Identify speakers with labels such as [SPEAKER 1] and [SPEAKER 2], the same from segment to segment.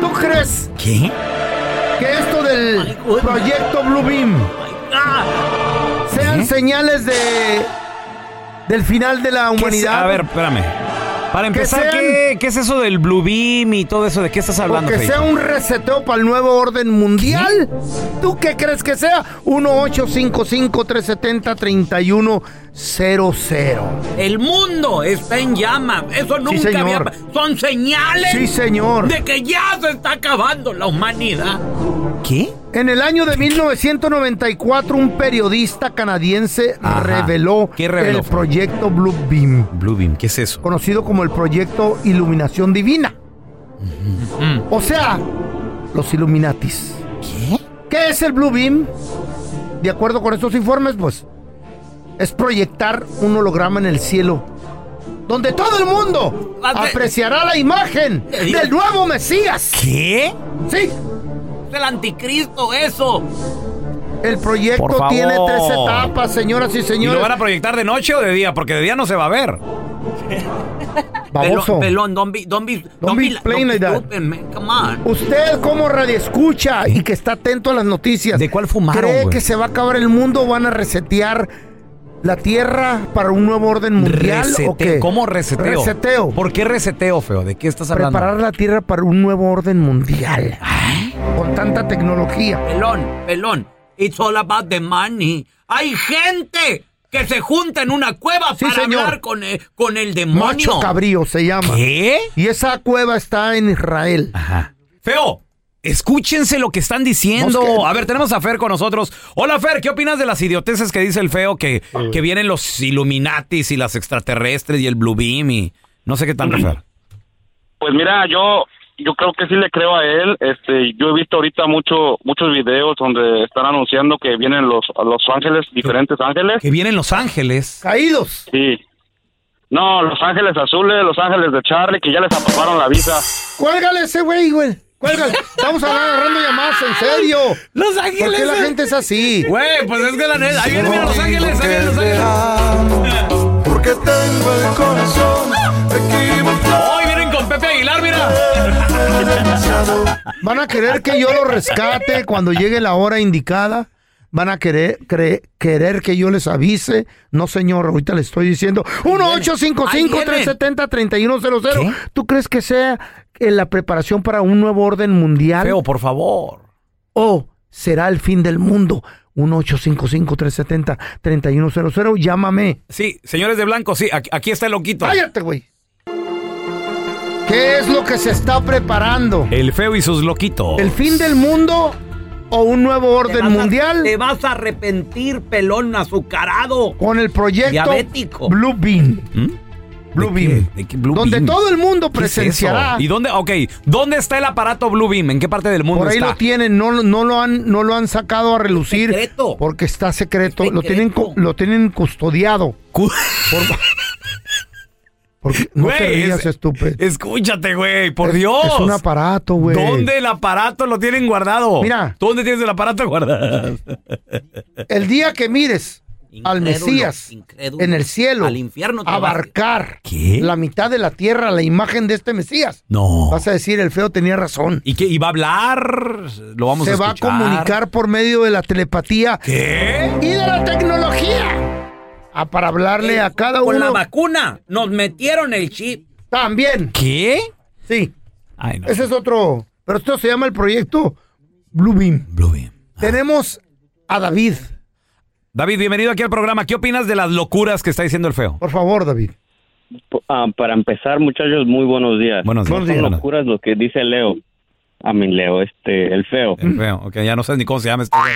[SPEAKER 1] ¿Tú crees
[SPEAKER 2] ¿Qué?
[SPEAKER 1] que esto del proyecto Blue Beam sean señales de del final de la
[SPEAKER 2] es-
[SPEAKER 1] humanidad?
[SPEAKER 2] A ver, espérame. Para empezar,
[SPEAKER 1] sean-
[SPEAKER 2] ¿qué, qué es eso del Blue Beam y todo eso? ¿De qué estás
[SPEAKER 1] O
[SPEAKER 2] hablando,
[SPEAKER 1] que
[SPEAKER 2] Feito?
[SPEAKER 1] sea un reseteo para el nuevo orden mundial. ¿Tú qué crees que sea? 1-855-370-3100.
[SPEAKER 3] El mundo está en llamas. Eso nunca
[SPEAKER 1] señor.
[SPEAKER 3] había. pa- Son señales
[SPEAKER 1] Sí, señor.
[SPEAKER 3] de que ya se está acabando la humanidad.
[SPEAKER 2] ¿Qué?
[SPEAKER 1] En el año de 1994, un periodista canadiense
[SPEAKER 2] Ajá.
[SPEAKER 1] reveló,
[SPEAKER 2] ¿Qué reveló?
[SPEAKER 1] el proyecto Blue Beam,
[SPEAKER 2] Blue Beam, ¿qué es eso?
[SPEAKER 1] conocido como el proyecto Iluminación Divina. O sea, los Illuminatis.
[SPEAKER 2] ¿Qué?
[SPEAKER 1] ¿Qué es el Blue Beam? De acuerdo con estos informes, pues es proyectar un holograma en el cielo donde todo el mundo
[SPEAKER 3] Ah, de-
[SPEAKER 1] apreciará la imagen
[SPEAKER 3] Te digo.
[SPEAKER 1] del nuevo Mesías.
[SPEAKER 2] ¿Qué?
[SPEAKER 1] Sí,
[SPEAKER 3] Es el anticristo, eso.
[SPEAKER 1] el
[SPEAKER 2] Por
[SPEAKER 1] proyecto
[SPEAKER 2] favor.
[SPEAKER 1] tiene tres etapas, señoras y
[SPEAKER 2] ¿Y lo
[SPEAKER 1] señores.
[SPEAKER 2] van a proyectar de noche o de día? Porque de día no se va a ver.
[SPEAKER 1] Baboso.
[SPEAKER 3] Pelón, pelón, don't be, don't be, don't
[SPEAKER 1] be
[SPEAKER 3] la-
[SPEAKER 1] playing like that.
[SPEAKER 3] stupid, man, Come on.
[SPEAKER 1] Usted como radioescucha y que está atento a las noticias.
[SPEAKER 2] ¿De cuál fumaron,
[SPEAKER 1] ¿Cree
[SPEAKER 2] güey?
[SPEAKER 1] que se va a acabar el mundo? ¿Van a resetear la Tierra para un nuevo orden mundial o
[SPEAKER 2] Resete-
[SPEAKER 1] qué?
[SPEAKER 2] ¿Cómo reseteo?
[SPEAKER 1] Reseteo.
[SPEAKER 2] ¿Por qué reseteo, feo? ¿De qué estás hablando? ¿Eh?
[SPEAKER 1] preparar la tierra para un nuevo orden mundial. Con tanta tecnología.
[SPEAKER 3] Pelón, pelón. It's all about the money. Hay gente que se junta en una cueva
[SPEAKER 1] Sí,
[SPEAKER 3] para
[SPEAKER 1] señor.
[SPEAKER 3] hablar con el, con el demonio.
[SPEAKER 1] Macho Cabrío se llama.
[SPEAKER 2] ¿Qué?
[SPEAKER 1] Y esa cueva está en Israel.
[SPEAKER 2] Ajá. Feo, escúchense lo que están diciendo.
[SPEAKER 1] Nos que-
[SPEAKER 2] A ver, tenemos a Fer con nosotros. Hola, Fer, ¿qué opinas de las idioteces que dice el feo que, que vienen los Illuminatis y las extraterrestres y el Blue Beam y no sé qué tanto, Fer?
[SPEAKER 4] Pues mira, yo yo creo que sí le creo a él. Este, yo he visto ahorita mucho muchos videos donde están anunciando que vienen los a los ángeles, diferentes ángeles.
[SPEAKER 2] Que vienen los ángeles.
[SPEAKER 1] Caídos.
[SPEAKER 4] Sí. No, los ángeles azules, los ángeles de Charlie que ya les aprobaron la visa.
[SPEAKER 1] Cuélgale ese güey, güey. Cuélgale. Estamos agarrando llamadas, en serio.
[SPEAKER 2] Los
[SPEAKER 1] ¿Por qué la gente es así?
[SPEAKER 2] Güey, pues es que la neta. Ahí vienen mira, los ángeles, ahí vienen los ángeles.
[SPEAKER 5] Porque tengo el corazón equivocado.
[SPEAKER 2] Hoy vienen con Pepe Aguilar, mira.
[SPEAKER 5] demasiado.
[SPEAKER 1] Van a querer que yo los rescate cuando llegue la hora indicada. Van a querer, cre- querer que yo les avise. No, señor, ahorita le estoy diciendo. 1-855-370-3100. ¿Tú crees que sea eh, la preparación para un nuevo orden mundial?
[SPEAKER 2] Feo, por favor.
[SPEAKER 1] o será el fin del mundo. 1-855-370-3100. Llámame.
[SPEAKER 2] Sí, señores de blanco, sí, aquí, aquí está el loquito.
[SPEAKER 1] Cállate, güey. ¿Qué es lo que se está preparando?
[SPEAKER 2] El feo y sus loquitos.
[SPEAKER 1] ¿El fin del mundo o un nuevo
[SPEAKER 3] Te
[SPEAKER 1] orden
[SPEAKER 3] vas a-
[SPEAKER 1] mundial?
[SPEAKER 3] Te vas a arrepentir, pelón azucarado.
[SPEAKER 1] Con el proyecto
[SPEAKER 3] Diabético.
[SPEAKER 1] Blue Beam.
[SPEAKER 2] ¿Mm?
[SPEAKER 1] Blue
[SPEAKER 2] ¿De
[SPEAKER 1] Beam.
[SPEAKER 2] qué? ¿De qué Blue
[SPEAKER 1] donde
[SPEAKER 2] Beam?
[SPEAKER 1] todo el mundo
[SPEAKER 2] ¿Qué es eso?
[SPEAKER 1] presenciará.
[SPEAKER 2] ¿Y dónde? Ok, ¿dónde está el aparato Blue Beam? ¿En qué parte del mundo
[SPEAKER 1] Por ahí
[SPEAKER 2] está?
[SPEAKER 1] lo tienen, no, no, lo han, no lo han sacado a relucir.
[SPEAKER 3] Secreto.
[SPEAKER 1] Porque está secreto.
[SPEAKER 3] Es
[SPEAKER 1] Lo, tienen, cu-
[SPEAKER 3] secreto.
[SPEAKER 1] lo tienen custodiado.
[SPEAKER 2] Cu-
[SPEAKER 1] Por- porque no te
[SPEAKER 2] Güey,
[SPEAKER 1] rías,
[SPEAKER 2] es-
[SPEAKER 1] estúpido.
[SPEAKER 2] Escúchate, güey, por
[SPEAKER 1] Es-
[SPEAKER 2] Dios.
[SPEAKER 1] Es un aparato, güey.
[SPEAKER 2] ¿Dónde el aparato lo tienen guardado?
[SPEAKER 1] Mira.
[SPEAKER 2] ¿Tú dónde tienes el aparato guardado?
[SPEAKER 1] El día que mires al
[SPEAKER 3] Incrédulo,
[SPEAKER 1] Mesías
[SPEAKER 3] incrédulo.
[SPEAKER 1] en el cielo,
[SPEAKER 3] Al infierno te
[SPEAKER 1] abarcar
[SPEAKER 2] ¿Qué?
[SPEAKER 1] la mitad de la tierra, la imagen de este Mesías,
[SPEAKER 2] No.
[SPEAKER 1] vas a decir, el feo tenía razón.
[SPEAKER 2] ¿Y qué? ¿Y va a hablar? ¿Lo vamos
[SPEAKER 1] Se
[SPEAKER 2] a
[SPEAKER 1] va a
[SPEAKER 2] escuchar?
[SPEAKER 1] comunicar por medio de la telepatía
[SPEAKER 2] ¿Qué?
[SPEAKER 1] y de la tecnología. Ah, para hablarle a cada
[SPEAKER 3] Eh, Con la
[SPEAKER 1] uno
[SPEAKER 3] vacuna nos metieron el chip.
[SPEAKER 1] también.
[SPEAKER 2] ¿Qué?
[SPEAKER 1] Sí,
[SPEAKER 2] Ay, no.
[SPEAKER 1] ese es otro. Pero esto se llama el proyecto Blue Beam.
[SPEAKER 2] Blue Beam. Ah.
[SPEAKER 1] Tenemos a David.
[SPEAKER 2] David, bienvenido aquí al programa. ¿Qué opinas de las locuras que está diciendo el feo?
[SPEAKER 1] Por favor, David.
[SPEAKER 6] Ah,
[SPEAKER 4] para empezar, muchachos, muy buenos días.
[SPEAKER 2] Buenos días.
[SPEAKER 1] Buenos días.
[SPEAKER 2] Buenos-
[SPEAKER 4] locuras lo que dice Leo.
[SPEAKER 6] a mi Leo, este, el feo.
[SPEAKER 2] El feo, ok, ya no sé ni cómo se llama este güey.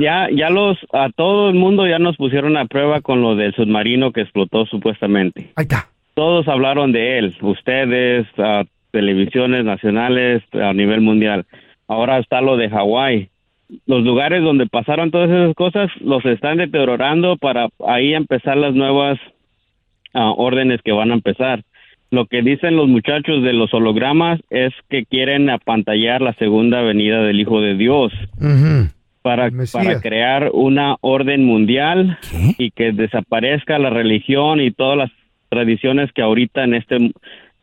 [SPEAKER 6] Ya, ya los, a todo el mundo ya nos pusieron a prueba con lo del submarino que explotó supuestamente.
[SPEAKER 1] Ahí está.
[SPEAKER 6] Todos hablaron de él, ustedes, a televisiones nacionales, a nivel mundial. Ahora está lo de Hawái. Los lugares donde pasaron todas esas cosas los están deteriorando para ahí empezar las nuevas ah, órdenes que van a empezar. Lo que dicen los muchachos de los hologramas es que quieren apantallar la segunda venida del Hijo de Dios para,
[SPEAKER 1] Mesías.
[SPEAKER 6] para crear una orden mundial y que desaparezca la religión y todas las tradiciones que ahorita en este m-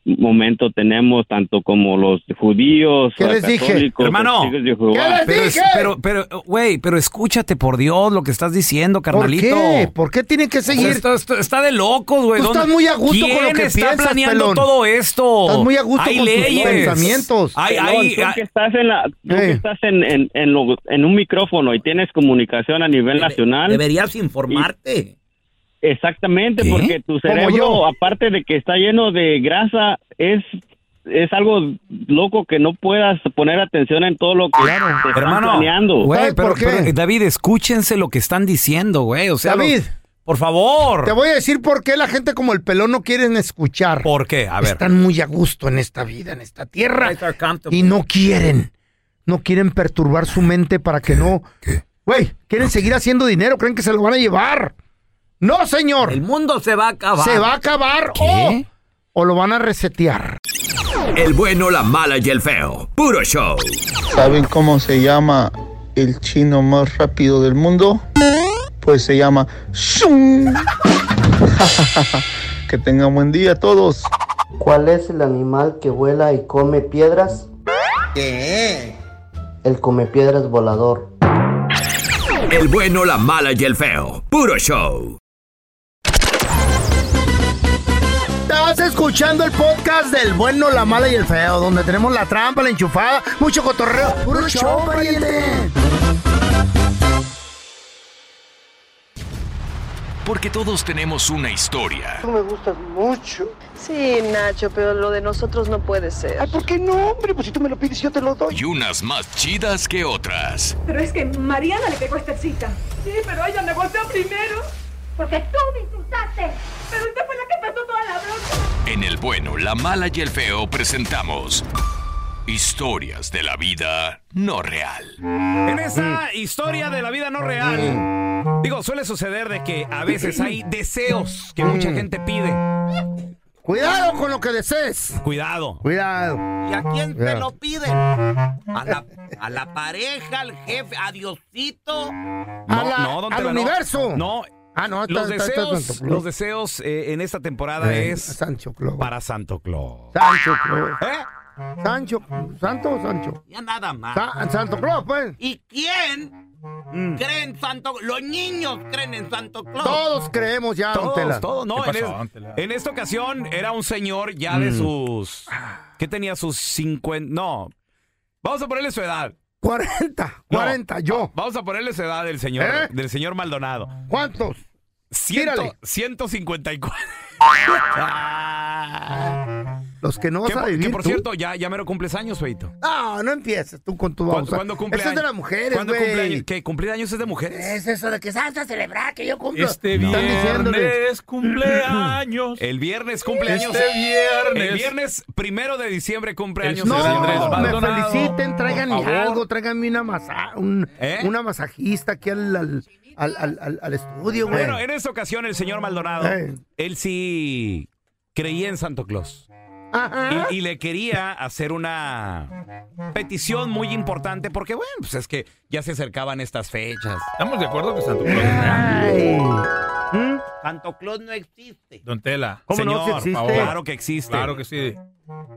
[SPEAKER 6] momento tenemos, tanto como los judíos,
[SPEAKER 1] ¿Qué les dije?
[SPEAKER 6] católicos,
[SPEAKER 2] Hermano.
[SPEAKER 6] testigos de Jehová.
[SPEAKER 1] ¿Qué les
[SPEAKER 2] Pero, es-
[SPEAKER 1] dije?
[SPEAKER 2] pero, pero, güey, pero escúchate por Dios lo que estás diciendo,
[SPEAKER 1] ¿Por
[SPEAKER 2] carnalito.
[SPEAKER 1] qué? ¿Por qué tienen que
[SPEAKER 2] O sea,
[SPEAKER 1] seguir?
[SPEAKER 2] esto- esto Pues está de locos, güey.
[SPEAKER 1] Este Tú
[SPEAKER 2] ¿Dónde-
[SPEAKER 1] estás muy a gusto
[SPEAKER 2] ¿Quién
[SPEAKER 1] con lo que
[SPEAKER 2] está
[SPEAKER 1] piensas,
[SPEAKER 2] planeando
[SPEAKER 1] pelón?
[SPEAKER 2] todo esto?
[SPEAKER 1] Estás muy a gusto
[SPEAKER 2] Hay
[SPEAKER 1] con tus
[SPEAKER 2] leyes.
[SPEAKER 1] pensamientos.
[SPEAKER 2] Hay,
[SPEAKER 6] No,
[SPEAKER 2] hay,
[SPEAKER 6] tú
[SPEAKER 2] hay-
[SPEAKER 6] que estás en la- tú que
[SPEAKER 1] Eh.
[SPEAKER 6] estás en, en- en lo- en un micrófono y tienes comunicación a nivel nacional,
[SPEAKER 3] Deberías informarte.
[SPEAKER 6] Exactamente,
[SPEAKER 2] ¿Qué?
[SPEAKER 6] porque tu
[SPEAKER 1] Como
[SPEAKER 6] cerebro,
[SPEAKER 1] yo.
[SPEAKER 6] aparte de que está lleno de grasa, es es algo loco que no puedas poner atención en todo lo que te están
[SPEAKER 2] Hermano,
[SPEAKER 6] planeando.
[SPEAKER 2] güey,
[SPEAKER 1] ¿Sabes
[SPEAKER 2] pero-
[SPEAKER 1] por qué?
[SPEAKER 2] pero, David, escúchense lo que están diciendo, güey. O sea,
[SPEAKER 1] David.
[SPEAKER 2] los- por favor.
[SPEAKER 1] Te voy a decir por qué la gente como el pelón no quieren escuchar.
[SPEAKER 2] ¿Por qué? A ver.
[SPEAKER 1] Están muy a gusto en esta vida, en esta tierra.
[SPEAKER 3] Guys are comfortable.
[SPEAKER 1] Y no quieren. No quieren perturbar su mente para que no. Güey, quieren seguir haciendo dinero, creen que se lo van a llevar. No, señor.
[SPEAKER 3] El mundo se va a acabar.
[SPEAKER 1] Se va a acabar o,
[SPEAKER 2] ¿Qué?
[SPEAKER 1] o lo van a resetear.
[SPEAKER 7] El bueno, la mala y el feo. Puro show.
[SPEAKER 5] ¿Saben cómo se llama el chino más rápido del mundo? Pues se llama Shun. que tengan buen día todos.
[SPEAKER 6] ¿Cuál es el animal que vuela y come piedras? ¿Qué? El come piedras volador.
[SPEAKER 7] El bueno, la mala y el feo. Puro show.
[SPEAKER 1] Estás escuchando el podcast del bueno, la mala y el feo, donde tenemos la trampa, la enchufada, mucho cotorreo. ¡Puro show, pariente!
[SPEAKER 7] Porque todos tenemos una historia.
[SPEAKER 5] me gustas mucho.
[SPEAKER 6] Sí, Nacho, pero lo de nosotros no puede ser.
[SPEAKER 5] Ay, ¿por qué no, hombre? Pues si tú me lo pides, yo te lo doy.
[SPEAKER 7] Y unas más chidas que otras.
[SPEAKER 6] Pero es que Mariana le pegó esta cita. Sí, pero ella me golpeó primero. Porque tú me insultaste. Pero usted fue la que pasó toda la bronca.
[SPEAKER 7] En El bueno, la mala y el feo presentamos. Historias de la vida no real.
[SPEAKER 2] En esa historia de la vida no real, digo, suele suceder de que a veces hay deseos que mucha gente pide.
[SPEAKER 1] Cuidado con lo que desees.
[SPEAKER 2] Cuidado.
[SPEAKER 1] Cuidado.
[SPEAKER 3] ¿Y a quién
[SPEAKER 1] Ya.
[SPEAKER 3] te lo piden? A la, a la pareja, al jefe, a Diosito.
[SPEAKER 1] A la-
[SPEAKER 2] don
[SPEAKER 1] al
[SPEAKER 2] Tela,
[SPEAKER 1] universo.
[SPEAKER 2] No.
[SPEAKER 1] Ah, no, está-
[SPEAKER 2] los
[SPEAKER 1] está- está
[SPEAKER 2] deseos,
[SPEAKER 1] Santo Claus.
[SPEAKER 2] los deseos eh, en esta temporada
[SPEAKER 1] Eh,
[SPEAKER 2] es
[SPEAKER 1] Sancho Claus.
[SPEAKER 2] para Santo Claus.
[SPEAKER 1] Sancho Claus.
[SPEAKER 2] ¿Eh?
[SPEAKER 1] Sancho. ¿Santo o Sancho?
[SPEAKER 3] Ya nada más.
[SPEAKER 1] Sa- Santo Claus, pues.
[SPEAKER 3] ¿Y quién cree en Santo Los niños creen en Santo Claus.
[SPEAKER 1] Mm. Todos creemos ya, don
[SPEAKER 2] Todos,
[SPEAKER 1] Tela.
[SPEAKER 2] todos, no.
[SPEAKER 8] ¿Qué pasó,
[SPEAKER 2] en, es-
[SPEAKER 8] don Tela?
[SPEAKER 2] en esta ocasión era un señor ya
[SPEAKER 1] Mm.
[SPEAKER 2] de sus.
[SPEAKER 1] Ah.
[SPEAKER 2] ¿Qué tenía sus 50? No. Vamos a ponerle su edad.
[SPEAKER 1] 40,
[SPEAKER 2] No.
[SPEAKER 1] 40, yo.
[SPEAKER 2] Vamos a ponerle su edad del señor,
[SPEAKER 1] ¿Eh?
[SPEAKER 2] del señor Maldonado.
[SPEAKER 1] ¿Cuántos?
[SPEAKER 2] Ciento,
[SPEAKER 1] Tírale.
[SPEAKER 2] 154.
[SPEAKER 1] Los que no vas
[SPEAKER 2] Que,
[SPEAKER 1] a
[SPEAKER 2] por- que
[SPEAKER 1] vivir
[SPEAKER 2] por
[SPEAKER 1] tú.
[SPEAKER 2] cierto, ya, ya mero cumples años, feito.
[SPEAKER 1] No, no empieces tú con tu
[SPEAKER 2] ¿Cuándo,
[SPEAKER 1] bausa.
[SPEAKER 2] cuándo cumple
[SPEAKER 1] Eso es de
[SPEAKER 2] años?
[SPEAKER 1] las mujeres,
[SPEAKER 2] ¿Cuándo
[SPEAKER 1] güey.
[SPEAKER 2] cumple años? ¿Qué? ¿Cumplir años es de mujeres?
[SPEAKER 1] Es eso de que sabes a celebrar que yo cumplo.
[SPEAKER 8] Este
[SPEAKER 1] Están diciéndole.
[SPEAKER 8] viernes cumpleaños.
[SPEAKER 9] Eh,
[SPEAKER 2] El viernes cumple años.
[SPEAKER 8] Este viernes.
[SPEAKER 2] El viernes primero de diciembre cumple años. el señor
[SPEAKER 1] No, me
[SPEAKER 2] Maldonado.
[SPEAKER 1] feliciten, tráiganme
[SPEAKER 2] Por favor.
[SPEAKER 1] algo, tráiganme una, masa, un-
[SPEAKER 2] ¿Eh?
[SPEAKER 1] una masajista aquí al, al, al, al, al- al estudio, güey.
[SPEAKER 2] Bueno, en esta ocasión el señor Maldonado,
[SPEAKER 1] Eh.
[SPEAKER 2] él sí creía en Santo Claus
[SPEAKER 1] Ajá.
[SPEAKER 2] y, y le quería hacer una petición muy importante porque, bueno, pues es que ya se acercaban estas fechas.
[SPEAKER 8] Estamos de acuerdo que Santo Claus
[SPEAKER 1] Ay. ¿Mm?
[SPEAKER 3] Santo Claus no existe.
[SPEAKER 8] Don Tela.
[SPEAKER 1] ¿Cómo no?
[SPEAKER 2] Señor,
[SPEAKER 1] Si existe.
[SPEAKER 2] por favor. Claro que existe.
[SPEAKER 8] Claro que sí.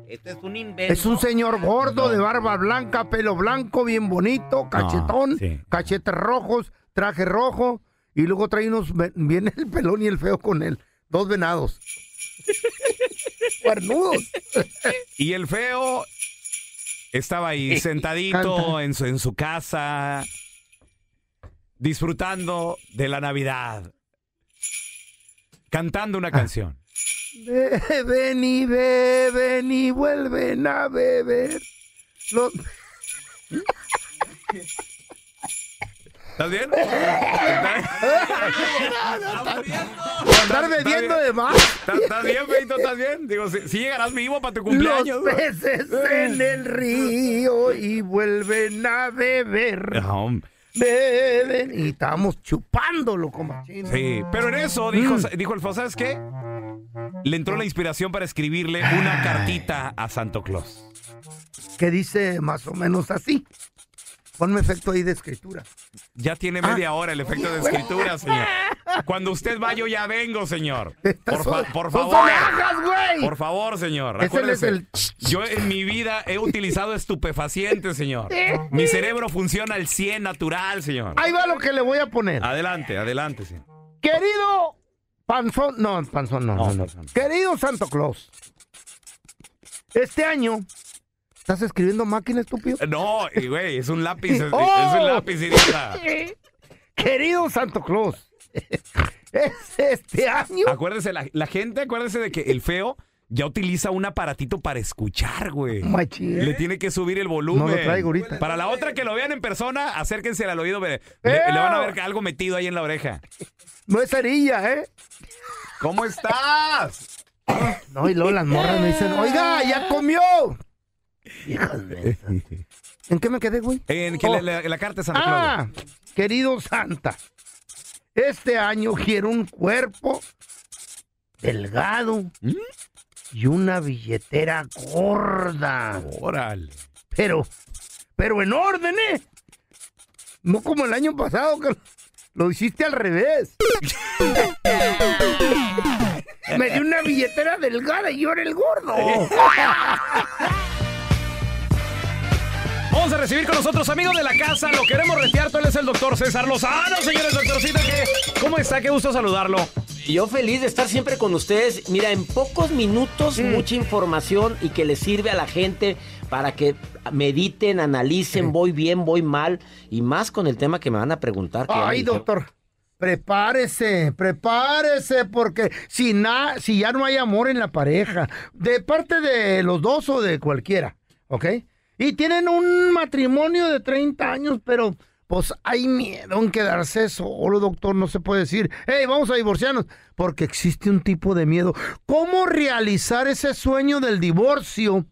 [SPEAKER 3] Este es un invento.
[SPEAKER 1] Es un señor gordo de barba blanca, pelo blanco, bien bonito, cachetón,
[SPEAKER 2] sí.
[SPEAKER 1] cachetes rojos, traje rojo y luego trae unos ve- viene el pelón y el feo con él, dos venados. Cuernudos.
[SPEAKER 2] Y el feo estaba ahí sentadito
[SPEAKER 1] Canta.
[SPEAKER 2] en su, en su casa, disfrutando de la Navidad, cantando
[SPEAKER 1] Ah.
[SPEAKER 2] una canción.
[SPEAKER 1] Beben y beben y vuelven a beber. Los-
[SPEAKER 2] ¿Estás bien?
[SPEAKER 1] Andar bebiendo de más.
[SPEAKER 2] ¿Estás bien, Feito? ¿Estás bien? Digo, si, si llegarás vivo para tu cumpleaños. Eh.
[SPEAKER 1] Los peces en el río y vuelven a beber.
[SPEAKER 2] No, hombre.
[SPEAKER 1] Beben y estamos chupándolo, comachino.
[SPEAKER 2] Sí, pero en eso dijo,
[SPEAKER 1] Mm.
[SPEAKER 2] dijo el Fo, ¿sabes qué? Le entró la inspiración para escribirle una cartita a Santo Claus.
[SPEAKER 1] Que dice más o menos así. Ponme efecto ahí de escritura.
[SPEAKER 2] Ya tiene
[SPEAKER 1] Ah.
[SPEAKER 2] media hora el efecto de escritura, señor. Cuando usted va, yo ya vengo, señor. Por, fa- por
[SPEAKER 1] son
[SPEAKER 2] favor.
[SPEAKER 1] sonajas, güey.
[SPEAKER 2] Por favor, señor.
[SPEAKER 1] Ese
[SPEAKER 2] acuérdese.
[SPEAKER 1] es el-
[SPEAKER 2] Yo en mi vida he utilizado estupefacientes, señor. Mi cerebro funciona al 100 natural, señor.
[SPEAKER 1] Ahí va lo que le voy a poner.
[SPEAKER 2] Adelante, adelante, señor.
[SPEAKER 1] Querido Panzón, no, Panzón no,
[SPEAKER 2] No,
[SPEAKER 1] no, no.
[SPEAKER 2] Panzón.
[SPEAKER 1] Querido Santo Claus, este año, ¿estás escribiendo máquina, estúpido?
[SPEAKER 2] No, y, güey, es un lápiz. Es,
[SPEAKER 1] ¡Oh!
[SPEAKER 2] es un lápiz, idiota.
[SPEAKER 1] Querido Santo Claus, es este año.
[SPEAKER 2] Acuérdese, la, la gente, acuérdese de que el feo ya utiliza un aparatito para escuchar, güey.
[SPEAKER 1] Machín.
[SPEAKER 2] Le tiene que subir el volumen.
[SPEAKER 1] No lo traigo ahorita.
[SPEAKER 2] Para la otra que lo vean en persona, acérquense al oído. ve- Le, le van a ver algo metido ahí en la oreja.
[SPEAKER 1] No es cerilla, ¿eh?
[SPEAKER 2] ¿Cómo estás?
[SPEAKER 1] No, y luego las morras me dicen, oiga, ya comió. Hijas de- ¿En qué me quedé, güey?
[SPEAKER 2] En que
[SPEAKER 1] Oh.
[SPEAKER 2] la, la- la carta de Santa Claus.
[SPEAKER 1] Ah, querido Santa, este año quiero un cuerpo delgado y una billetera gorda.
[SPEAKER 2] Órale.
[SPEAKER 1] Pero, pero en orden, ¿eh? No como el año pasado que lo hiciste al revés. Me dio una billetera delgada y yo era el gordo.
[SPEAKER 2] Vamos a recibir con nosotros amigos de la casa. Lo queremos retear. Tú es el doctor César Lozano, señores doctorcita. ¿qué? ¿Cómo está? Qué gusto saludarlo.
[SPEAKER 9] Yo feliz de estar siempre con ustedes. Mira, en pocos minutos mucha información y que les sirve a la gente para que mediten, analicen, voy bien, voy mal y más con el tema que me van a preguntar. que ya me
[SPEAKER 1] Ay,
[SPEAKER 9] dijeron.
[SPEAKER 1] doctor, prepárese, prepárese, porque si, na- si ya no hay amor en la pareja, de parte de los dos o de cualquiera, ¿ok? Y tienen un matrimonio de 30 años, pero pues hay miedo en quedarse solo, doctor, no se puede decir, hey, vamos a divorciarnos, porque existe un tipo de miedo. ¿Cómo realizar ese sueño del divorcio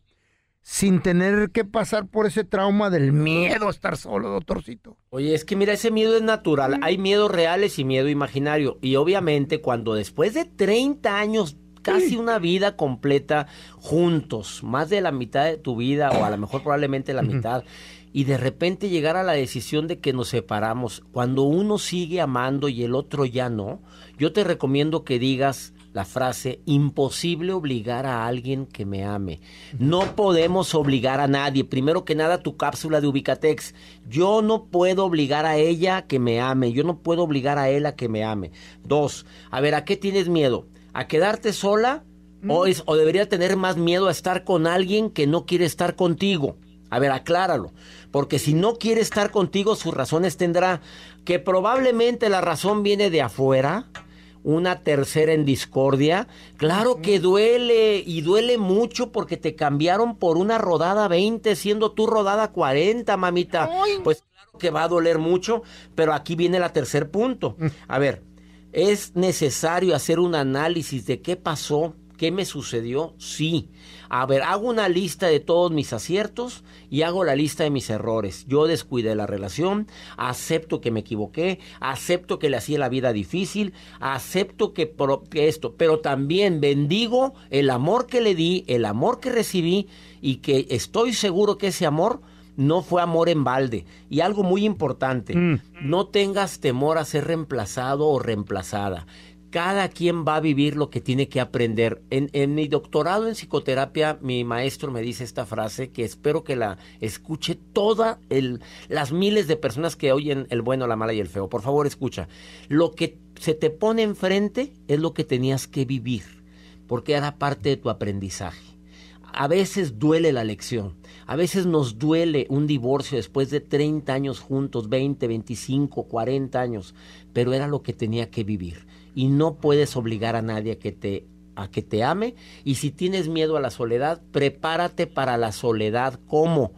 [SPEAKER 1] sin tener que pasar por ese trauma del miedo a estar solo, doctorcito?
[SPEAKER 9] Oye, es que mira, ese miedo es natural. Hay miedos reales y miedo imaginario. Y obviamente cuando después de 30 años, casi una vida completa juntos, más de la mitad de tu vida o a lo mejor probablemente la mitad, y de repente llegar a la decisión de que nos separamos, cuando uno sigue amando y el otro ya no, yo te recomiendo que digas la frase, imposible obligar a alguien que me ame. No podemos obligar a nadie. Primero que nada, tu cápsula de Ubicatex. Yo no puedo obligar a ella que me ame. Yo no puedo obligar a él a que me ame. Dos, a ver, ¿a qué tienes miedo? ¿A quedarte sola? ¿O, es- o debería tener más miedo a estar con alguien que no quiere estar contigo? A ver, acláralo. Porque si no quiere estar contigo, sus razones tendrá que probablemente la razón viene de afuera una tercera en discordia, claro que duele y duele mucho porque te cambiaron por una rodada 20 siendo tú rodada 40, mamita. Pues claro que va a doler mucho, pero aquí viene la tercer punto. A ver, es necesario hacer un análisis de qué pasó, qué me sucedió. Sí. A ver, hago una lista de todos mis aciertos y hago la lista de mis errores. Yo descuidé la relación, acepto que me equivoqué, acepto que le hacía la vida difícil, acepto que, pro- que esto, pero también bendigo el amor que le di, el amor que recibí y que estoy seguro que ese amor no fue amor en balde. Y algo muy importante,
[SPEAKER 1] Mm.
[SPEAKER 9] no tengas temor a ser reemplazado o reemplazada. Cada quien va a vivir lo que tiene que aprender. En, en mi doctorado en psicoterapia, mi maestro me dice esta frase que espero que la escuche todas las miles de personas que oyen el bueno, la mala y el feo. Por favor, escucha. Lo que se te pone enfrente es lo que tenías que vivir, porque era parte de tu aprendizaje. A veces duele la lección. A veces nos duele un divorcio después de 30 años juntos, 20, 25, 40 años, pero era lo que tenía que vivir. Y no puedes obligar a nadie a que te a que te ame y si tienes miedo a la soledad, prepárate para la soledad. ¿Cómo?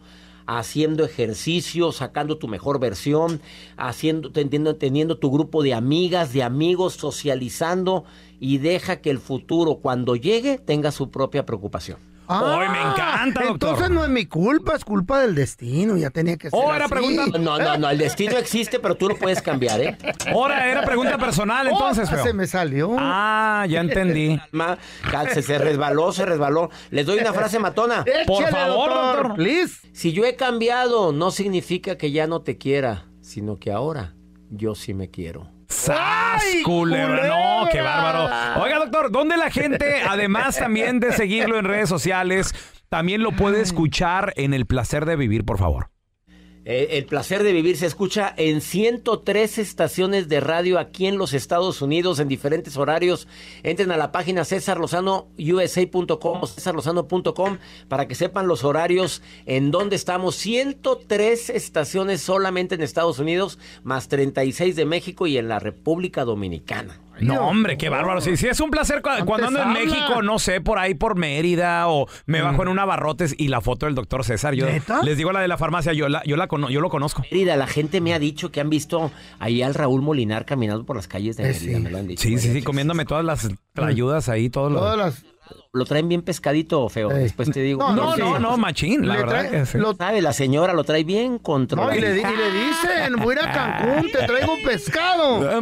[SPEAKER 9] haciendo ejercicio, sacando tu mejor versión, haciendo, teniendo, teniendo tu grupo de amigas, de amigos, socializando y deja que el futuro, cuando llegue, tenga su propia preocupación.
[SPEAKER 1] Ay, me encanta, Ah, Entonces no es mi culpa, es culpa del destino. Ya tenía que ser.
[SPEAKER 2] Oh,
[SPEAKER 1] así. Oh,
[SPEAKER 9] No, no, no, el destino existe, pero tú lo puedes cambiar, ¿eh?
[SPEAKER 2] Ahora era pregunta personal, entonces,
[SPEAKER 1] Ah,
[SPEAKER 2] feo.
[SPEAKER 1] se me salió.
[SPEAKER 2] Ah, ya entendí.
[SPEAKER 9] Ma- calce, se resbaló, se resbaló. Les doy una frase matona.
[SPEAKER 2] Ah, Por favor, doctor.
[SPEAKER 9] Si yo he cambiado, no significa que ya no te quiera, sino que ahora yo sí me quiero.
[SPEAKER 2] ¡Sas, culebra! No, qué bárbaro. Oiga, doctor, ¿dónde la gente, además también de seguirlo en redes sociales, también lo puede escuchar en El Placer de Vivir, por favor?
[SPEAKER 9] Eh, el placer de vivir se escucha en 103 estaciones de radio aquí en los Estados Unidos en diferentes horarios. Entren a la página cesarlozanousa.com o cesarlozano.com para que sepan los horarios en donde estamos. 103 estaciones solamente en Estados Unidos, más 36 de México y en la República Dominicana.
[SPEAKER 2] No, hombre, qué bárbaro. Sí, sí, es un placer cu- cuando ando en
[SPEAKER 9] habla.
[SPEAKER 2] México, no sé, por ahí por Mérida o me bajo en un abarrotes y la foto del doctor César. Yo les digo la de la farmacia, yo la, yo la cono- yo lo conozco.
[SPEAKER 9] Mérida, la gente me ha dicho que han visto ahí al Raúl Molinar caminando por las calles de
[SPEAKER 2] Eh,
[SPEAKER 9] Mérida,
[SPEAKER 2] sí.
[SPEAKER 9] me lo han dicho.
[SPEAKER 2] Sí, sí, sí, comiéndome todas las ayudas ahí, todos los.
[SPEAKER 9] Lo traen bien pescadito, feo.
[SPEAKER 1] eh,
[SPEAKER 9] Después te digo.
[SPEAKER 2] Eh, No, no, no, machín, la
[SPEAKER 9] Le
[SPEAKER 2] verdad
[SPEAKER 9] trae-
[SPEAKER 2] que sí.
[SPEAKER 9] Lo sabe, la señora lo trae bien controlado.
[SPEAKER 1] No, y, le, di- y le dicen, voy a ir a Cancún, te traigo pescado.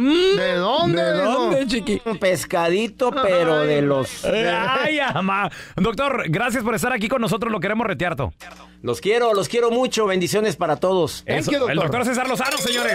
[SPEAKER 2] Mm,
[SPEAKER 1] ¿De dónde?
[SPEAKER 9] ¿de
[SPEAKER 1] digo?
[SPEAKER 9] dónde, Un pescadito, pero de los.
[SPEAKER 2] Ay, ama. Doctor, gracias por estar aquí con nosotros. Lo queremos retearto.
[SPEAKER 9] Los quiero, los quiero mucho. Bendiciones para todos.
[SPEAKER 2] Eso, el doctor César Lozano, señores.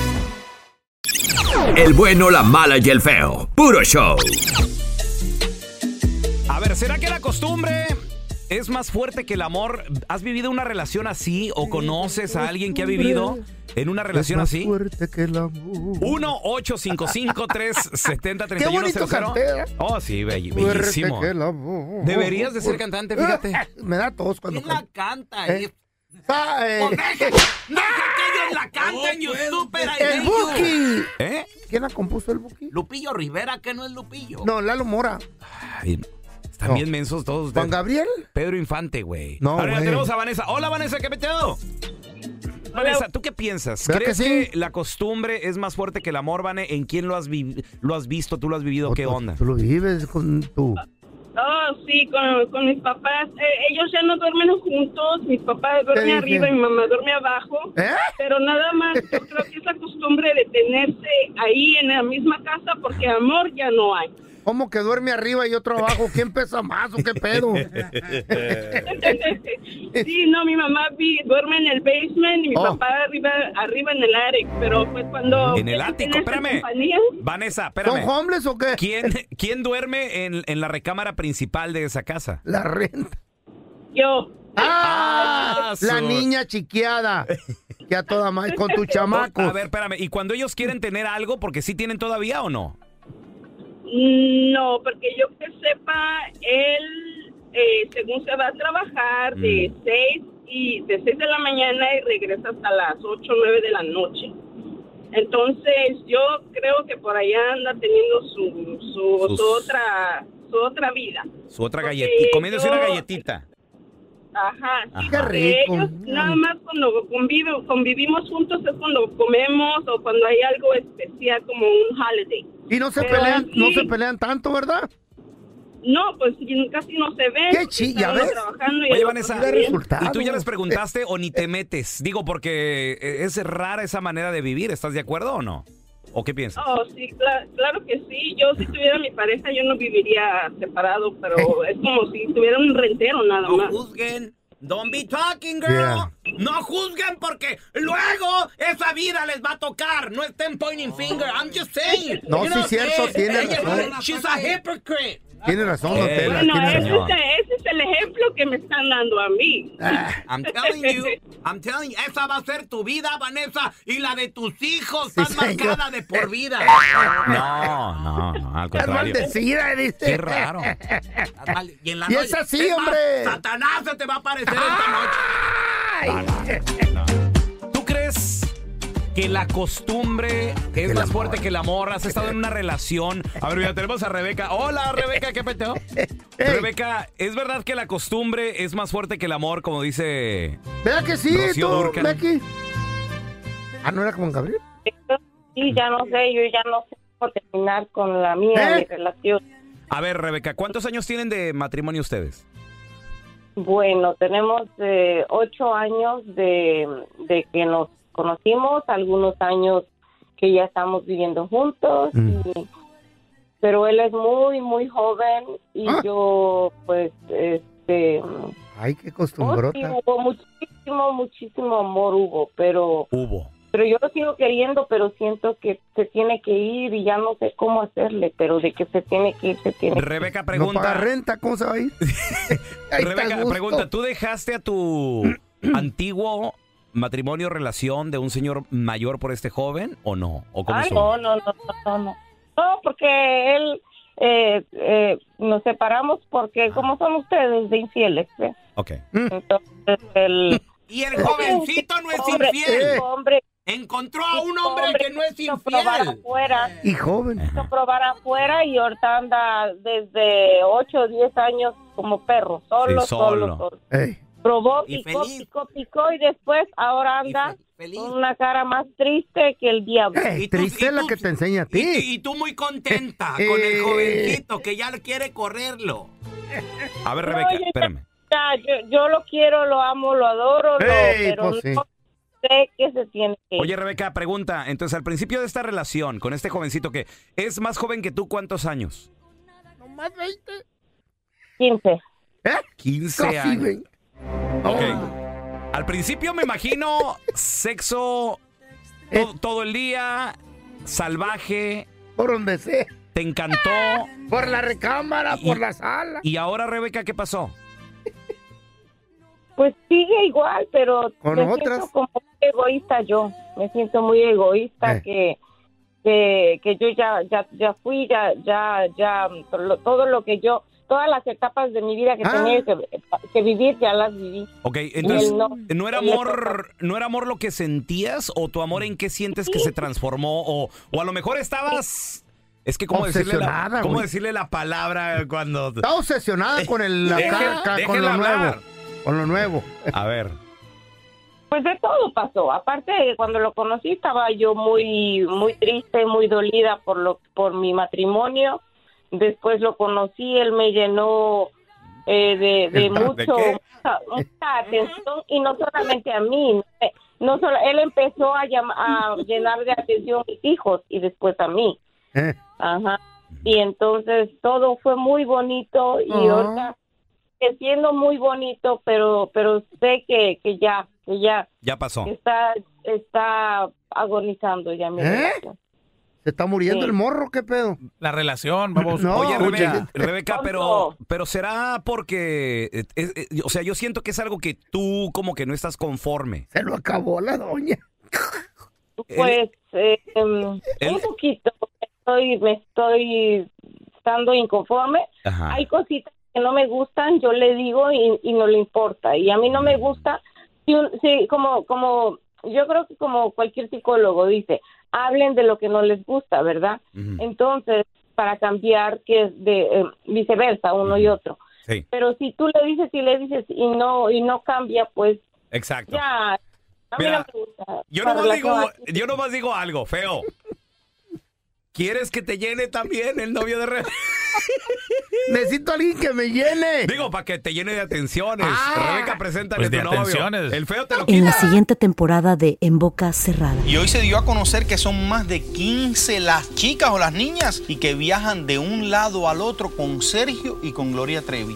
[SPEAKER 10] El bueno, la mala y el feo. Puro show.
[SPEAKER 2] A ver, ¿será que la costumbre es más fuerte que el amor? ¿Has vivido una relación así o conoces a alguien que ha vivido en una relación
[SPEAKER 1] Es más
[SPEAKER 2] así?
[SPEAKER 1] fuerte que el amor.
[SPEAKER 2] 1-855-370-3100.
[SPEAKER 1] Qué bonito ¿eh? cantea.
[SPEAKER 2] Oh, sí, bell-
[SPEAKER 1] Fuerte
[SPEAKER 2] bellísimo.
[SPEAKER 1] que el amor.
[SPEAKER 2] Deberías de ser cantante, fíjate.
[SPEAKER 1] Me da tos cuando Eh, ah, ¿Quién la
[SPEAKER 10] canta?
[SPEAKER 1] eh, la
[SPEAKER 10] canta en YouTube, pero ahí
[SPEAKER 1] El
[SPEAKER 10] en
[SPEAKER 1] Buki.
[SPEAKER 10] YouTube.
[SPEAKER 2] ¿Eh?
[SPEAKER 1] ¿Quién la compuso el Buki?
[SPEAKER 10] Lupillo Rivera, que no es Lupillo.
[SPEAKER 1] No, Lalo Mora.
[SPEAKER 2] Ay, no. Están bien mensos todos ustedes.
[SPEAKER 1] ¿Juan Gabriel?
[SPEAKER 2] Pedro Infante, güey.
[SPEAKER 1] No,
[SPEAKER 2] Ahora ya
[SPEAKER 1] güey.
[SPEAKER 2] tenemos a Vanessa. Hola, Vanessa, ¿qué peteo? Vanessa, ¿tú qué piensas?
[SPEAKER 1] ¿Verdad
[SPEAKER 2] ¿Crees
[SPEAKER 1] que
[SPEAKER 2] que,
[SPEAKER 1] sí?
[SPEAKER 2] la costumbre es más fuerte que el amor, Vane? ¿En quién lo has, vi- lo has visto? ¿Tú lo has vivido? ¿Qué onda?
[SPEAKER 1] Tú lo vives con tu...
[SPEAKER 6] Oh, sí, con, con mis papás. Eh, ellos ya no duermen juntos. Mis papás duermen
[SPEAKER 1] dije? ¿Eh?
[SPEAKER 6] arriba y mi mamá duerme abajo. Pero nada más, yo creo que esa costumbre de tenerse ahí en la misma casa porque amor ya no hay.
[SPEAKER 1] ¿Cómo que duerme arriba y otro abajo? ¿Quién pesa más o qué pedo?
[SPEAKER 6] sí, no, mi mamá vi- duerme en el basement y
[SPEAKER 1] Oh,
[SPEAKER 6] mi papá arriba, arriba en el attic. Pero pues cuando...
[SPEAKER 2] En el ático,
[SPEAKER 6] tienes esa
[SPEAKER 2] espérame.
[SPEAKER 6] compañía,
[SPEAKER 2] Vanessa, espérame.
[SPEAKER 1] ¿Son hombres o qué?
[SPEAKER 2] ¿Quién, quién duerme en, en la recámara principal de esa casa?
[SPEAKER 1] La renta.
[SPEAKER 6] Yo.
[SPEAKER 1] ¡Ah!
[SPEAKER 2] su-
[SPEAKER 1] La niña chiqueada. Que a toda madre, con tu chamaco.
[SPEAKER 2] A ver, espérame. ¿Y cuando ellos
[SPEAKER 6] Mm.
[SPEAKER 2] quieren tener algo, porque sí tienen todavía o no?
[SPEAKER 6] No, porque yo que sepa, él, eh, según se va a trabajar de
[SPEAKER 2] Mm.
[SPEAKER 6] 6 y de 6 de la mañana y regresa hasta las 8 o 9 de la noche. Entonces, yo creo que por allá anda teniendo su, su,
[SPEAKER 2] Sus-
[SPEAKER 6] su otra su otra vida.
[SPEAKER 2] Su otra galletita. Comiéndose
[SPEAKER 6] Pues yo-
[SPEAKER 2] una galletita.
[SPEAKER 6] Ajá, sí,
[SPEAKER 2] Ajá. Qué
[SPEAKER 6] porque
[SPEAKER 2] rico.
[SPEAKER 6] ellos nada
[SPEAKER 1] Mm.
[SPEAKER 6] más cuando convivo- convivimos juntos es cuando comemos o cuando hay algo especial como un holiday.
[SPEAKER 1] Y no se
[SPEAKER 6] Pero
[SPEAKER 1] pelean, no
[SPEAKER 6] sí.
[SPEAKER 1] se pelean tanto, ¿verdad?
[SPEAKER 11] No, pues y casi no se ven.
[SPEAKER 2] Qué chi- ya
[SPEAKER 11] están
[SPEAKER 2] ves.
[SPEAKER 11] Trabajando y
[SPEAKER 2] Oye,
[SPEAKER 11] el
[SPEAKER 2] Vanessa,
[SPEAKER 11] otro también.
[SPEAKER 2] y tú ya les preguntaste o ni te metes. Digo, porque eh, es rara esa manera de vivir. ¿Estás de acuerdo o no? ¿O qué piensas?
[SPEAKER 11] Oh, sí, cla- claro que sí. Yo si tuviera mi pareja, yo no viviría separado, pero es como si tuviera un rentero nada
[SPEAKER 3] No
[SPEAKER 11] más.
[SPEAKER 3] juzguen. Don't be talking, girl. No juzguen porque luego esa vida les va a tocar. No estén pointing finger. I'm just saying.
[SPEAKER 1] No, sí
[SPEAKER 3] know,
[SPEAKER 1] es cierto,
[SPEAKER 3] eh,
[SPEAKER 1] tiene
[SPEAKER 3] ella-
[SPEAKER 1] razón.
[SPEAKER 3] She's a hypocrite.
[SPEAKER 1] Tiene razón, don
[SPEAKER 3] Eh,
[SPEAKER 1] Tela,
[SPEAKER 3] bueno,
[SPEAKER 1] tiene
[SPEAKER 3] eso
[SPEAKER 1] razón.
[SPEAKER 11] Ese, ese es el ejemplo que me están dando a mí.
[SPEAKER 1] Ah,
[SPEAKER 3] I'm telling you, I'm telling you, esa va a ser tu vida, Vanessa, y la de tus hijos. Estás marcada de por vida.
[SPEAKER 2] No, no, no, al
[SPEAKER 3] Estás
[SPEAKER 2] contrario.
[SPEAKER 3] maldecida, dice.
[SPEAKER 2] Qué raro.
[SPEAKER 3] Estás mal- Y, en la
[SPEAKER 2] Y
[SPEAKER 3] noche-
[SPEAKER 2] es así,
[SPEAKER 3] más,
[SPEAKER 2] hombre. Ah.
[SPEAKER 3] Satanás se te va a aparecer esta noche.
[SPEAKER 2] ¿Tú crees que la costumbre es más fuerte que el amor? ¿Has estado en una relación? A ver, mira, tenemos a Rebeca. Hola, Rebeca, ¿qué peteo?
[SPEAKER 1] eh,
[SPEAKER 2] Rebeca, ¿es verdad que la costumbre es más fuerte que el amor, como dice...
[SPEAKER 1] Vea que sí,
[SPEAKER 2] Rocío
[SPEAKER 1] tú,
[SPEAKER 2] Dúrcal.
[SPEAKER 1] Becky. Ah, ¿no era como en Gabriel?
[SPEAKER 12] Sí, ya no sé, yo ya no sé cómo terminar con la mía,
[SPEAKER 1] ¿Eh?
[SPEAKER 12] mi relación.
[SPEAKER 2] A ver, Rebeca, ¿cuántos años tienen de matrimonio ustedes?
[SPEAKER 12] Bueno, tenemos eh, ocho años de, de que nos conocimos, algunos años que ya estamos viviendo juntos,
[SPEAKER 2] Mm.
[SPEAKER 12] y- pero él es muy, muy joven y
[SPEAKER 9] Ah.
[SPEAKER 12] yo, pues, este...
[SPEAKER 1] Ay, qué
[SPEAKER 12] Oh, sí,
[SPEAKER 1] costumbrota.
[SPEAKER 12] hubo muchísimo, muchísimo amor hubo, pero...
[SPEAKER 2] Hubo.
[SPEAKER 12] Pero yo lo sigo queriendo, pero siento que se tiene que ir y ya no sé cómo hacerle, pero de que se tiene que ir, se tiene que ir.
[SPEAKER 2] Rebeca
[SPEAKER 1] No paga
[SPEAKER 2] pregunta...
[SPEAKER 1] renta, ¿cómo se va a ir?
[SPEAKER 2] Rebeca, pregunta, ¿tú dejaste a tu antiguo matrimonio relación de un señor mayor por este joven o no? ¿O cómo
[SPEAKER 12] Ah,
[SPEAKER 2] estuvo?
[SPEAKER 12] no, no, no, no, no, no. No, porque él, eh, eh, nos separamos porque, como son ustedes, de infieles. ¿ve?
[SPEAKER 2] Ok.
[SPEAKER 12] Entonces, el...
[SPEAKER 3] Y el jovencito no es
[SPEAKER 12] Hombre,
[SPEAKER 3] infiel.
[SPEAKER 12] un hombre-
[SPEAKER 3] Encontró a un hombre que no es
[SPEAKER 12] quiso
[SPEAKER 3] infiel.
[SPEAKER 12] probar afuera,
[SPEAKER 1] Y joven.
[SPEAKER 12] quiso probar afuera y ahorita anda desde 8 o 10 años como perro, solo,
[SPEAKER 1] Sí,
[SPEAKER 12] solo,
[SPEAKER 1] solo.
[SPEAKER 12] solo.
[SPEAKER 1] Ey.
[SPEAKER 12] Probó,
[SPEAKER 1] Y
[SPEAKER 12] picó,
[SPEAKER 1] feliz.
[SPEAKER 12] picó, picó y después ahora anda con una cara más triste que el diablo.
[SPEAKER 1] Ey, triste es la que te enseña a ti.
[SPEAKER 3] Y tú muy contenta con el jovencito que ya quiere correrlo.
[SPEAKER 2] A ver,
[SPEAKER 12] No,
[SPEAKER 2] Rebeca,
[SPEAKER 12] yo ya-
[SPEAKER 2] espérame.
[SPEAKER 12] Ya, yo, yo lo quiero, lo amo, lo adoro, lo-
[SPEAKER 2] Ey,
[SPEAKER 12] pero
[SPEAKER 2] pues sí.
[SPEAKER 12] no sé que se tiene que ir.
[SPEAKER 2] Oye, Rebeca, pregunta. Entonces, al principio de esta relación con este jovencito que es más joven que tú, ¿cuántos años?
[SPEAKER 12] 15.
[SPEAKER 1] ¿Eh?
[SPEAKER 2] 15
[SPEAKER 1] Casi Oh,
[SPEAKER 2] años.
[SPEAKER 1] veinte.
[SPEAKER 2] Ok. Al principio me imagino sexo to- todo el día, salvaje.
[SPEAKER 1] Por donde sea.
[SPEAKER 2] Te encantó.
[SPEAKER 1] Por la recámara,
[SPEAKER 2] Y-
[SPEAKER 1] por la sala.
[SPEAKER 2] Y ahora, Rebeca, ¿qué pasó?
[SPEAKER 12] Pues sigue igual, pero
[SPEAKER 2] ¿Con
[SPEAKER 12] me
[SPEAKER 2] otras?
[SPEAKER 12] siento como muy egoísta yo. Me siento muy egoísta
[SPEAKER 1] Eh.
[SPEAKER 12] que, que que yo ya ya ya fui, ya ya ya lo- todo lo que yo todas las etapas de mi vida
[SPEAKER 1] Ah.
[SPEAKER 12] que tenía que, que vivir ya las viví.
[SPEAKER 2] Ok, entonces,
[SPEAKER 12] Él no.
[SPEAKER 2] no, era
[SPEAKER 12] Él le
[SPEAKER 2] amor, no era amor lo que sentías o tu amor en qué sientes que se transformó o, o a lo mejor estabas... Es que cómo decirle la,
[SPEAKER 1] Obsesionada,
[SPEAKER 2] cómo
[SPEAKER 1] güey.
[SPEAKER 2] decirle la palabra cuando...
[SPEAKER 1] Está obsesionada con el, la
[SPEAKER 2] Dejen-
[SPEAKER 1] carca, con
[SPEAKER 2] déjenla
[SPEAKER 1] lo
[SPEAKER 2] hablar.
[SPEAKER 1] nuevo. Con lo nuevo.
[SPEAKER 2] A ver.
[SPEAKER 12] Pues de todo pasó. Aparte de que cuando lo conocí estaba yo muy muy triste, muy dolida por lo por mi matrimonio. Después lo conocí, él me llenó eh, de, de
[SPEAKER 13] ¿De
[SPEAKER 12] mucho
[SPEAKER 13] qué?
[SPEAKER 12] mucha, mucha atención y no solamente a mí. eh, No solo él empezó a, llam- a llenar de atención a mis hijos y después a mí.
[SPEAKER 1] ¿Eh?
[SPEAKER 12] Ajá. Y entonces todo fue muy bonito
[SPEAKER 1] Ah,
[SPEAKER 12] y
[SPEAKER 13] Ajá.
[SPEAKER 12] ahorita que siendo muy bonito, pero pero sé que, que ya que ya
[SPEAKER 2] Ya pasó.
[SPEAKER 12] está está agonizando ya mi
[SPEAKER 1] ¿Eh?
[SPEAKER 12] relación.
[SPEAKER 1] Se está muriendo
[SPEAKER 12] Sí.
[SPEAKER 1] el morro, qué pedo.
[SPEAKER 14] La relación, vamos.
[SPEAKER 1] No,
[SPEAKER 2] Oye,
[SPEAKER 1] escucha.
[SPEAKER 2] Rebeca, Rebeca, pero, pero será porque... eh, es- eh, o sea, yo siento que es algo que tú como que no estás conforme.
[SPEAKER 1] Se lo acabó la doña.
[SPEAKER 12] Pues eh, em, un poquito me estoy me estoy estando inconforme.
[SPEAKER 2] Ajá.
[SPEAKER 12] Hay cositas que no me gustan, yo le digo y, y no le importa. Y a mí no me gusta. Sí, un- sí, como como yo creo que como cualquier psicólogo dice, hablen de lo que no les gusta, ¿verdad? Entonces, para cambiar que es de eh, viceversa uno y otro.
[SPEAKER 2] Sí.
[SPEAKER 12] Pero si tú le dices y le dices y no y no cambia, pues
[SPEAKER 2] Exacto.
[SPEAKER 12] ya a mí
[SPEAKER 2] Mira,
[SPEAKER 12] no me gusta.
[SPEAKER 2] Yo
[SPEAKER 12] La
[SPEAKER 2] nomás, digo,
[SPEAKER 12] relación-
[SPEAKER 2] yo nomás digo algo, feo. ¿Quieres que te llene también el novio de Rebeca?
[SPEAKER 1] Necesito a alguien que me llene.
[SPEAKER 2] Digo, para que te llene de atenciones. Rebeca, preséntale
[SPEAKER 15] pues de
[SPEAKER 2] tu novio.
[SPEAKER 15] atenciones.
[SPEAKER 2] El feo te lo
[SPEAKER 15] En la
[SPEAKER 2] quita.
[SPEAKER 15] siguiente temporada de En Boca Cerrada.
[SPEAKER 8] Y hoy se dio a conocer que son más de 15 las chicas o las niñas y que viajan de un lado al otro con Sergio y con Gloria Trevi.